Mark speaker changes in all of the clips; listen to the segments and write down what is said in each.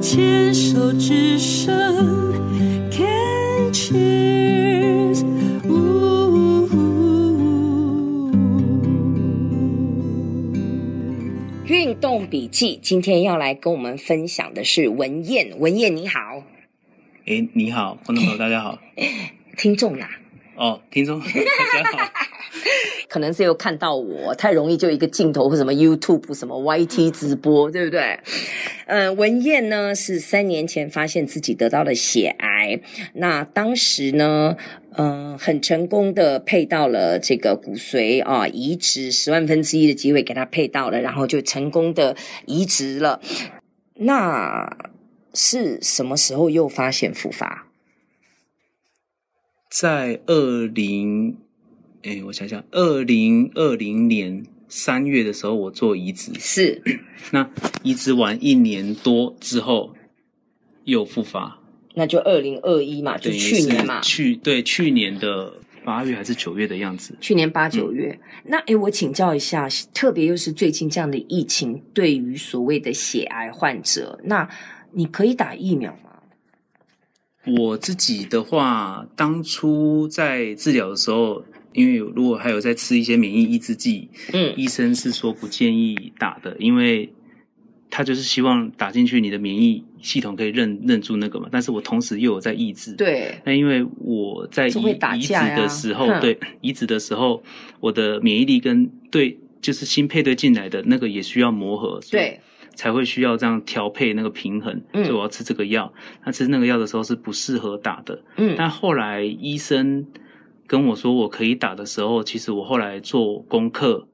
Speaker 1: 牵手之声，Can cheers。
Speaker 2: 运动笔记今天要来跟我们分享的是文燕，文燕你好，
Speaker 3: 哎，你好，观众朋友，大家好。
Speaker 2: 听众啊啦、
Speaker 3: 哦，听众 大家好。
Speaker 2: 可能是有看到我太容易就一个镜头或什么 YouTube 什么 YT 直播，对不对？呃，文燕呢是三年前发现自己得到了血癌，那当时呢，呃，很成功的配到了这个骨髓啊、移植，十万分之一的机会给他配到了，然后就成功的移植了。那是什么时候又发现复发？
Speaker 3: 在二零，哎，我想想，二零二零年三月的时候，我做移植，
Speaker 2: 是
Speaker 3: 那移植完一年多之后又复发，
Speaker 2: 那就二零二一嘛，就
Speaker 3: 等于
Speaker 2: 去年
Speaker 3: 是
Speaker 2: 嘛，
Speaker 3: 去对去年的八月还是九月的样子。
Speaker 2: 去年八九月。那诶，我请教一下，特别又是最近这样的疫情，对于所谓的血癌患者，那你可以打疫苗吗？
Speaker 3: 我自己的话，当初在治疗的时候，因为如果还有在吃一些免疫抑制剂，
Speaker 2: 嗯，
Speaker 3: 医生是说不建议打的，因为他就是希望打进去你的免疫系统可以认认住那个嘛。但是我同时又有在抑制。。
Speaker 2: 对，
Speaker 3: 那因为我在移
Speaker 2: 就会打
Speaker 3: 移植
Speaker 2: 架呀
Speaker 3: 的时候
Speaker 2: 哼，
Speaker 3: 对移植的时候，我的免疫力跟对就是新配对进来的那个也需要磨合，所以
Speaker 2: 对，
Speaker 3: 才会需要这样调配那个平衡。
Speaker 2: 嗯
Speaker 3: 所以我要吃这个药，那吃那个药的时候是不适合打的。
Speaker 2: 嗯，
Speaker 3: 但后来医生跟我说我可以打的时候，其实我后来做功课，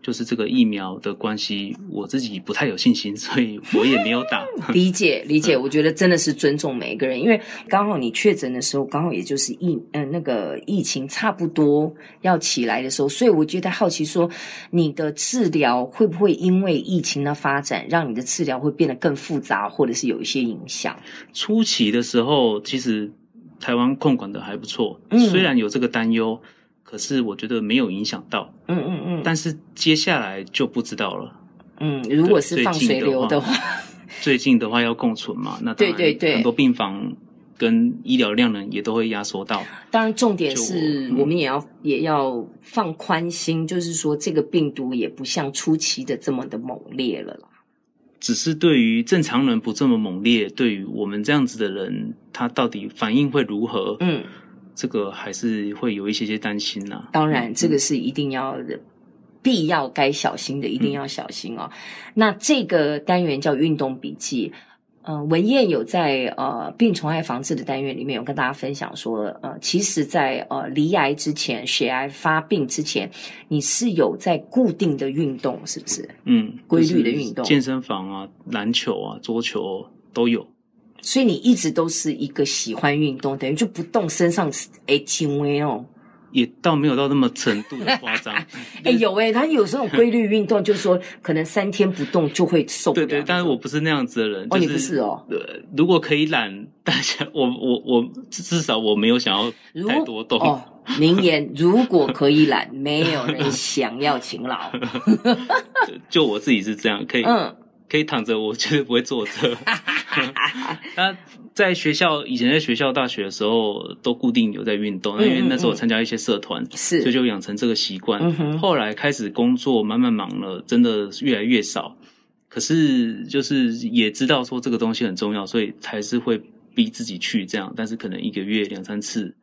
Speaker 3: 就是这个疫苗的关系，我自己不太有信心，所以我也没有打。
Speaker 2: 理解理解，我觉得真的是尊重每一个人，因为刚好你确诊的时候，刚好也就是疫嗯、那个疫情差不多要起来的时候，所以我觉得好奇说，你的治疗会不会因为疫情的发展，让你的治疗会变得更复杂，或者是有一些影响？
Speaker 3: 初期的时候，其实台湾控管的还不错，
Speaker 2: 嗯
Speaker 3: 虽然有这个担忧，可是我觉得没有影响到。
Speaker 2: 嗯嗯嗯。
Speaker 3: 但是接下来就不知道了。
Speaker 2: 嗯，如果是放水流的话，
Speaker 3: 最近的话要共存嘛，那当然
Speaker 2: 对对对
Speaker 3: 很多病房跟医疗量能也都会压缩到。
Speaker 2: 当然重点是
Speaker 3: 就嗯
Speaker 2: 我们也要、也要放宽心，就是说这个病毒也不像初期的这么的猛烈了啦。
Speaker 3: 只是对于正常人不这么猛烈，对于我们这样子的人，他到底反应会如何？
Speaker 2: 嗯，
Speaker 3: 这个还是会有一些些担心啊呐、
Speaker 2: 当然这个是一定要的。必要该小心的，一定要小心哦。那这个单元叫运动笔记，呃，文燕有在呃病虫害防治的单元里面有跟大家分享说，呃，其实在，呃离癌之前、血癌发病之前，你是有在固定的运动，是不是？
Speaker 3: 嗯，
Speaker 2: 规律的运动
Speaker 3: 就是健身房啊、篮球啊、桌球、都有。
Speaker 2: 所以你一直都是一个喜欢运动，等于就不动身上哎轻微哦，，
Speaker 3: 也倒没有到那么程度的夸张
Speaker 2: 哎有哎，他有这种规律运动，就是说可能三天不动就会受不
Speaker 3: 对
Speaker 2: 了。
Speaker 3: 对，但是我不是那样子的人。
Speaker 2: 哦
Speaker 3: 就
Speaker 2: 你不是哦。
Speaker 3: 呃，如果可以懒，大家我我我至少我没有想要
Speaker 2: 如
Speaker 3: 太多动。
Speaker 2: 哦，名言 如果可以懒，没 有人想要勤劳。
Speaker 3: 就我自己是这样，可以、
Speaker 2: 嗯，
Speaker 3: 可以躺着，我绝对不会 坐着。那在学校以前在学校大学的时候，都固定有在运动，那
Speaker 2: 嗯
Speaker 3: 因为那时候我参加一些社团，所以
Speaker 2: 是，
Speaker 3: 就养成这个习惯。
Speaker 2: 嗯哼
Speaker 3: 后来开始工作，慢慢忙了，真的越来越少。可是就是也知道说这个东西很重要，所以还是会逼自己去这样，但是可能一个月两三次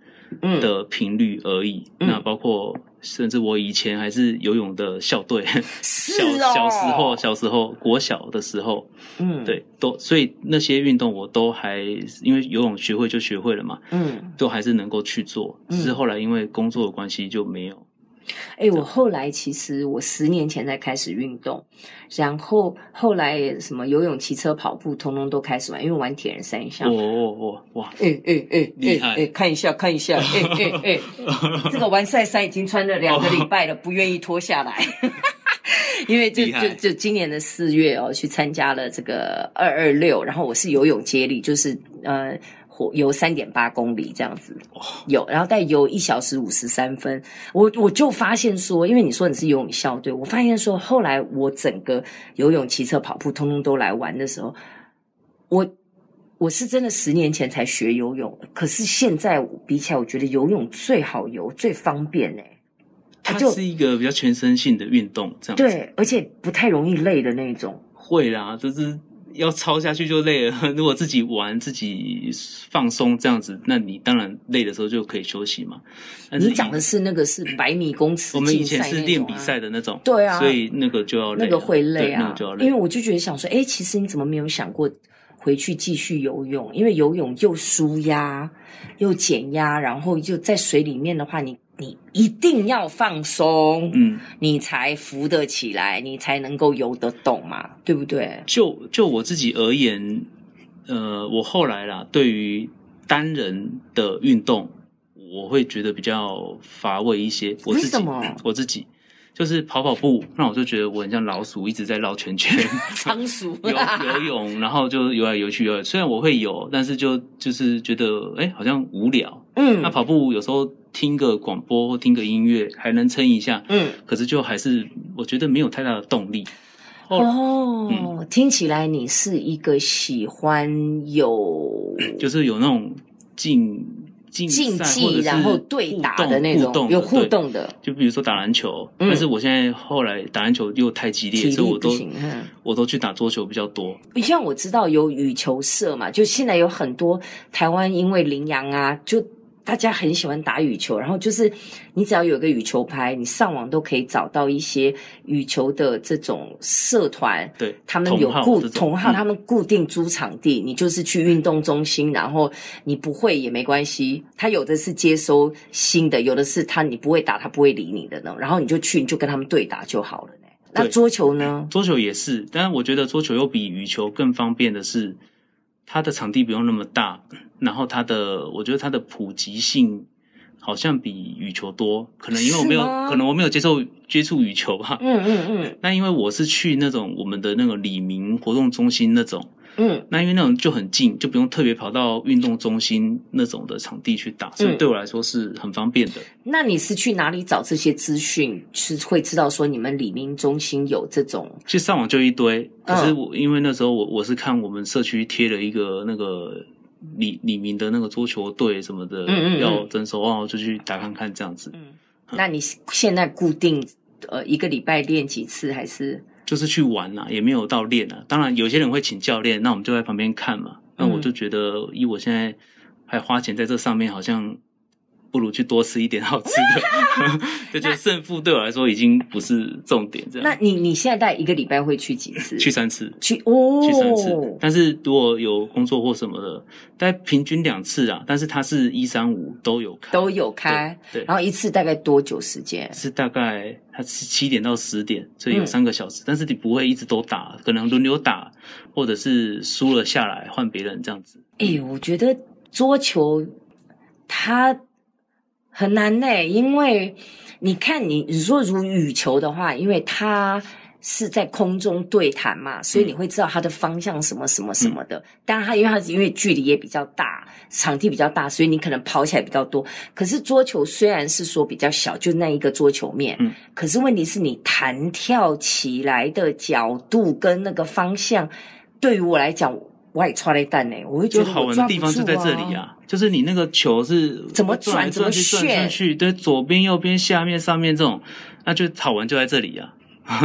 Speaker 2: 嗯，
Speaker 3: 的频率而已。
Speaker 2: 嗯
Speaker 3: 那包括甚至我以前还是游泳的校队，
Speaker 2: 是哦，
Speaker 3: 小 小时候，小时候国小的时候，
Speaker 2: 嗯，，
Speaker 3: 对，都所以那些运动我都还因为游泳学会就学会了嘛，
Speaker 2: 嗯，
Speaker 3: 都还是能够去做。
Speaker 2: 嗯
Speaker 3: 只是后来因为工作的关系就没有。
Speaker 2: 哎，我后来其实我十年前才开始运动，然后后来什么游泳、骑车、跑步，通通都开始玩，因为我玩铁人三项
Speaker 3: 哦。哦哦哇！
Speaker 2: 哎哎哎
Speaker 3: 厉害
Speaker 2: 哎哎，看一下看一下，哎哎 哎，这个完赛衫已经穿了两个礼拜了，不愿意脱下来。 因为就
Speaker 3: 厉害
Speaker 2: 就就今年的四月哦，去参加了这个二二六，然后我是游泳接力，就是呃火游三点八公里这样子，有，然后再游一小时五十三分，我我就发现说，因为你说你是游泳校队，我发现说后来我整个游泳、骑车、跑步通通都来玩的时候，我我是真的十年前才学游泳，可是现在比起来，我觉得游泳最好游，最方便呢、欸
Speaker 3: 它
Speaker 2: 就是
Speaker 3: 一个比较全身性的运动，这样子
Speaker 2: 对，而且不太容易累的那种。
Speaker 3: 会啦，就是要操下去就累了。 如果自己玩、自己放松这样子，那你当然累的时候就可以休息嘛。但是
Speaker 2: 你
Speaker 3: 以
Speaker 2: 讲的是那个是百米公尺
Speaker 3: 我们以
Speaker 2: 竞赛那种啊、
Speaker 3: 前是练比赛的那种，
Speaker 2: 对啊
Speaker 3: 所以那个就要
Speaker 2: 那
Speaker 3: 累了，
Speaker 2: 个会累
Speaker 3: 对那
Speaker 2: 啊
Speaker 3: 个就要，累，
Speaker 2: 因为我就觉得想说，哎，其实你怎么没有想过回去继续游泳？因为游泳又舒压，又减压，然后又在水里面的话，你你一定要放松，
Speaker 3: 嗯，
Speaker 2: 你才浮得起来，你才能够游得动嘛，对不对？
Speaker 3: 就就我自己而言，呃，我后来啦，对于单人的运动，我会觉得比较乏味一些。我
Speaker 2: 为
Speaker 3: 自己
Speaker 2: 什么，
Speaker 3: 我自己就是跑跑步，那我就觉得我很像老鼠，一直在绕圈圈。
Speaker 2: 仓鼠
Speaker 3: 游游泳，然后就游来游去游来。虽然我会游，但是就就是觉得哎、好像无聊。那
Speaker 2: 嗯
Speaker 3: 跑步有时候听个广播或听个音乐还能撑一下，
Speaker 2: 嗯，
Speaker 3: 可是就还是我觉得没有太大的动力。后来
Speaker 2: 哦，
Speaker 3: 嗯
Speaker 2: 听起来你是一个喜欢有
Speaker 3: 就是有那种竞竞
Speaker 2: 竞
Speaker 3: 赛或
Speaker 2: 技，
Speaker 3: 者是
Speaker 2: 然后对打的那
Speaker 3: 互
Speaker 2: 种
Speaker 3: 动
Speaker 2: 有互。
Speaker 3: 对
Speaker 2: 动的，
Speaker 3: 就比如说打篮球，
Speaker 2: 嗯
Speaker 3: 但是我现在后来打篮球又太激
Speaker 2: 体
Speaker 3: 烈，
Speaker 2: 力
Speaker 3: 所以我
Speaker 2: 不
Speaker 3: 都
Speaker 2: 行嗯
Speaker 3: 我都去打桌球比较多。
Speaker 2: 像我知道有羽球社嘛，就现在有很多台湾因为羚羊啊，就大家很喜欢打羽球，然后就是你只要有一个羽球拍，你上网都可以找到一些羽球的这种社团。
Speaker 3: 对，
Speaker 2: 他们有
Speaker 3: 号
Speaker 2: 固
Speaker 3: 这种
Speaker 2: 同号，
Speaker 3: 嗯
Speaker 2: 他们固定租场地，你就是去运动中心，然后你不会也没关系。他有的是接收新的，有的是他你不会打，他不会理你的呢。然后你就去，你就跟他们对打就好了呢。那
Speaker 3: 对
Speaker 2: 桌球呢？
Speaker 3: 桌球也是，但是我觉得桌球又比羽球更方便的是，它的场地不用那么大，然后它的我觉得它的普及性好像比羽球多，可能因为我没有
Speaker 2: 是吗，
Speaker 3: 可能我没有接受接触羽球吧。
Speaker 2: 嗯嗯嗯
Speaker 3: 那因为我是去那种我们的那个李明活动中心那种，
Speaker 2: 嗯，
Speaker 3: 那因为那种就很近，就不用特别跑到运动中心那种的场地去打，所以
Speaker 2: 嗯
Speaker 3: 对我来说是很方便的。
Speaker 2: 那你是去哪里找这些资讯？是会知道说你们李明中心有这种
Speaker 3: 其实上网就一堆，
Speaker 2: 嗯
Speaker 3: 可是我、因为那时候我我是看我们社区贴了一个那个李李明的那个桌球队什么的
Speaker 2: 嗯嗯嗯
Speaker 3: 要征收，哦，就去打看看这样子，
Speaker 2: 嗯？那你现在固定呃一个礼拜练几次？还是
Speaker 3: 就是去玩啦、也没有到练啊。当然有些人会请教练，那我们就在旁边看嘛。那
Speaker 2: 嗯
Speaker 3: 我就觉得，以我现在还花钱在这上面，好像不如去多吃一点好吃 的。 就觉得胜负对我来说已经不是重点，这
Speaker 2: 那
Speaker 3: 样
Speaker 2: 你你现在大概一个礼拜会去几次？
Speaker 3: 啊去三次。
Speaker 2: 去哦，
Speaker 3: 去三次，但是如果有工作或什么的，大概平均两次啊。但是它是一三五都有开，
Speaker 2: 都有开，
Speaker 3: 对，
Speaker 2: 然后一次大概多久时间？
Speaker 3: 是大概它是七点到十点，所以有
Speaker 2: 嗯
Speaker 3: 三个小时。但是你不会一直都打，可能轮流打，或者是输了下来换别人这样子。
Speaker 2: 哎，我觉得桌球它很难呢、因为你看你你说如羽球的话，因为它是在空中对弹嘛，所以你会知道它的方向什么什么什么的。当然它因为它是因为距离也比较大，场地比较大，所以你可能跑起来比较多。可是桌球虽然是说比较小，就那一个桌球面，
Speaker 3: 嗯
Speaker 2: 可是问题是你弹跳起来的角度跟那个方向，对于我来讲，我也抓了一蛋呢，我会觉
Speaker 3: 就
Speaker 2: 得
Speaker 3: 好
Speaker 2: 我
Speaker 3: 玩
Speaker 2: 抓不
Speaker 3: 的地方就
Speaker 2: 住
Speaker 3: 在这里。啊，就是你那个球是
Speaker 2: 怎么
Speaker 3: 转来
Speaker 2: 转怎么
Speaker 3: 去转来
Speaker 2: 旋
Speaker 3: 转去，对，左边、右边、下面、上面这种，那就好玩就在这里啊。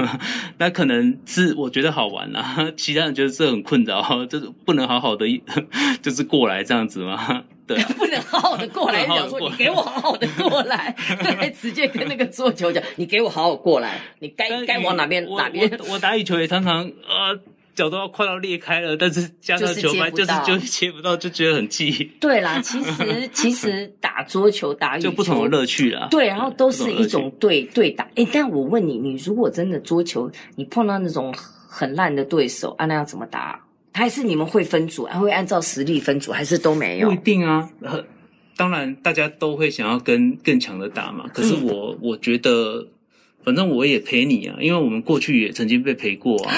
Speaker 3: 那可能是我觉得好玩啦、 其他人觉得这很困扰，就是不能好好的， 就是过来这样子嘛。对啊，
Speaker 2: 不能好好的过来，
Speaker 3: 不能好
Speaker 2: 讲
Speaker 3: 好
Speaker 2: 说
Speaker 3: 地
Speaker 2: 你
Speaker 3: 过来
Speaker 2: 给我好好的过来， 对，直接跟那个桌球讲，你给我好好过来，你该
Speaker 3: 但
Speaker 2: 哎该往哪边
Speaker 3: 我
Speaker 2: 哪边。
Speaker 3: 我我打羽球也常常呃脚都要快要裂开了，但是加
Speaker 2: 就
Speaker 3: 上
Speaker 2: 是
Speaker 3: 球
Speaker 2: 接
Speaker 3: 拍
Speaker 2: 不
Speaker 3: 就是
Speaker 2: 到
Speaker 3: 就接不到，就觉得很气，
Speaker 2: 对啦，其实其实打桌球、打羽球
Speaker 3: 就不同的乐趣啦。
Speaker 2: 对，然后都是一
Speaker 3: 不同的乐
Speaker 2: 种
Speaker 3: 趣
Speaker 2: 对对打。哎，但我问你，你如果真的桌球，你碰到那种很烂的对手，啊，那要怎么打？还是你们会分组，啊还会按照实力分组，还是都没有
Speaker 3: 不一？定啊。呃当然，大家都会想要跟更强的打
Speaker 2: 嗯
Speaker 3: 嘛。可是我、我觉得，反正我也陪你啊，因为我们过去也曾经被陪过 啊。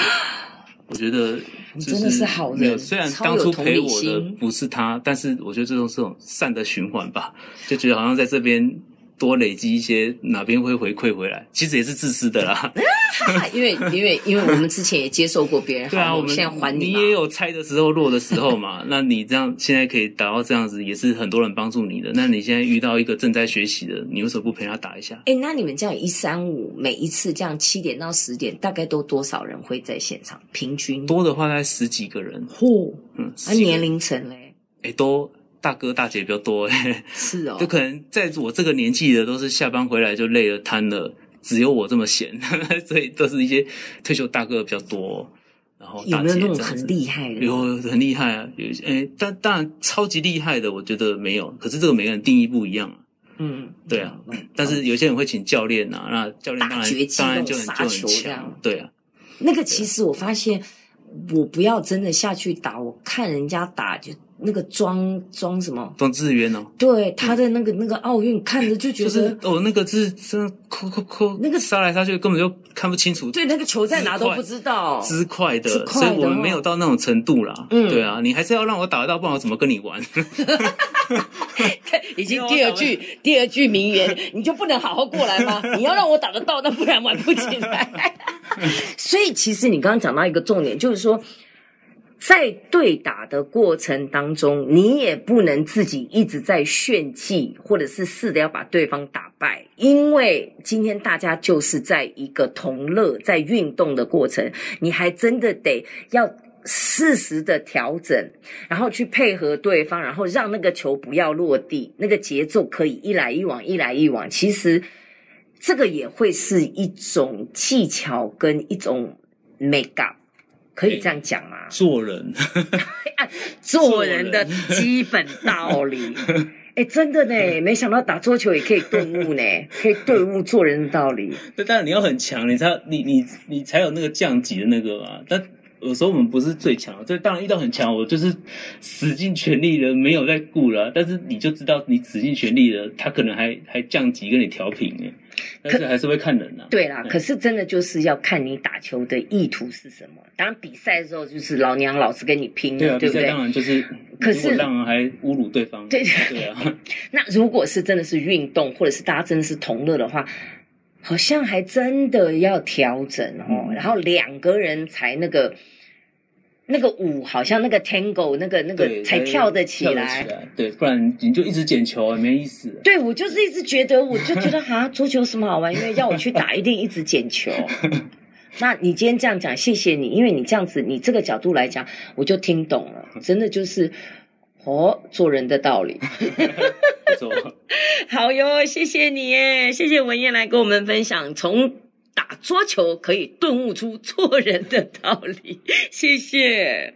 Speaker 3: 我觉得
Speaker 2: 你
Speaker 3: 就
Speaker 2: 真的是好人
Speaker 3: 没有虽然
Speaker 2: 超有
Speaker 3: 当初
Speaker 2: 同
Speaker 3: 陪
Speaker 2: 理
Speaker 3: 我的
Speaker 2: 心
Speaker 3: 不是他，但是我觉得这种是种善的循环吧，就觉得好像在这边多累积一些，哪边会回馈回来，其实也是自私的啦。
Speaker 2: 因为因为因为我们之前也接受过别人，
Speaker 3: 对啊，
Speaker 2: 哎好
Speaker 3: 我
Speaker 2: 我
Speaker 3: 们
Speaker 2: 现在还
Speaker 3: 你
Speaker 2: 嘛
Speaker 3: 也有拆的时候、落的时候 嘛。那你这样现在可以达到这样子，也是很多人帮助你的。那你现在遇到一个正在学习的，你为什么不陪他打一下？
Speaker 2: 哎，那你们这样一三五每一次这样七点到十点，大概都多少人会在现场？平均
Speaker 3: 多的话大概十几个人，
Speaker 2: 嚯，
Speaker 3: 嗯，
Speaker 2: 那啊年龄层嘞？
Speaker 3: 哎、都大哥大姐比较多哎、
Speaker 2: 是哦
Speaker 3: 就，可能在我这个年纪的，都是下班回来就累了、瘫了，只有我这么闲， 所以都是一些退休大哥比较多。然后
Speaker 2: 有
Speaker 3: 大
Speaker 2: 没有
Speaker 3: 姐
Speaker 2: 那种
Speaker 3: 这样
Speaker 2: 很
Speaker 3: 子
Speaker 2: 厉害的？
Speaker 3: 有很厉害啊，有一些诶，但当然超级厉害的，我觉得没有。可是这个每个人定义不一样啊。
Speaker 2: 嗯，
Speaker 3: 对啊
Speaker 2: 嗯，嗯
Speaker 3: 但是有些人会请教练啊，那教练当
Speaker 2: 大
Speaker 3: 然
Speaker 2: 绝技
Speaker 3: 当然就
Speaker 2: 那
Speaker 3: 很
Speaker 2: 种杀球
Speaker 3: 就很
Speaker 2: 这
Speaker 3: 强
Speaker 2: 样，
Speaker 3: 对啊，
Speaker 2: 那个其实我发现，我不要真的下去打，我看人家打就那个装装什么，
Speaker 3: 庄智渊哦，
Speaker 2: 对他的那个那个奥运看着就觉
Speaker 3: 就
Speaker 2: 得，
Speaker 3: 是哦那个字真的扣扣扣，
Speaker 2: 那个
Speaker 3: 杀来杀去根本就看不清楚，
Speaker 2: 对那个球在哪都不知道，
Speaker 3: 之快的，
Speaker 2: 之
Speaker 3: 所
Speaker 2: 快
Speaker 3: 以
Speaker 2: 的
Speaker 3: 我们没有到那种程度啦。
Speaker 2: 嗯
Speaker 3: 对啊，你还是要让我打得到，不然我怎么跟你玩？
Speaker 2: 已经第二句第二句名言，你就不能好好过来吗？你要让我打得到，那不然玩不起来。 所以其实你刚刚讲到一个重点，就是说。在对打的过程当中，你也不能自己一直在炫技，或者是试着要把对方打败，因为今天大家就是在一个同乐、在运动的过程，你还真的得要适时的调整，然后去配合对方，然后让那个球不要落地，那个节奏可以一来一往，一来一往。其实这个也会是一种技巧跟一种 make up。可以这样讲吗？
Speaker 3: 做人，哎
Speaker 2: 做人的基本道理。哎、真的呢， 没想到打桌球也可以顿悟呢，可以顿悟做人的道 理。
Speaker 3: 那当然你要很强，你才你你你才有那个降级的那个嘛。但有时候我们不是最强，所以当然遇到很强，我就是使尽全力了，没有在顾了。但是你就知道，你使尽全力了，他可能还还降级跟你调平哎，但是还是会看人啊。
Speaker 2: 对啦，可是真的就是要看你打球的意图是什么。当然比赛的时候就是老娘老子跟你拼
Speaker 3: 对
Speaker 2: 了，
Speaker 3: 啊，比
Speaker 2: 对不
Speaker 3: 赛
Speaker 2: 对
Speaker 3: 当？然就是，
Speaker 2: 可
Speaker 3: 如果
Speaker 2: 是
Speaker 3: 让人还侮辱对方，
Speaker 2: 对
Speaker 3: 对啊，
Speaker 2: 那如果是真的是运动，或者是大家真的是同乐的话，好像还真的要调整哦。
Speaker 3: 嗯
Speaker 2: 然后两个人才那个那个舞，好像那个 tango 那个那
Speaker 3: 对，
Speaker 2: 个才跳得起
Speaker 3: 跳
Speaker 2: 来。
Speaker 3: 来。对，不然你就一直捡球，没意思。
Speaker 2: 对，我就是一直觉得，我就觉得哈，桌球有什么好玩？因为要我去打，一定一直捡 球。那你今天这样讲，谢谢你，因为你这样子，你这个角度来讲，我就听懂了，真的就是哦，做人的道理。
Speaker 3: 不错。
Speaker 2: 好哟，谢谢你耶，谢谢文燕来跟我们分享从。打桌球可以顿悟出做人的道理，谢谢。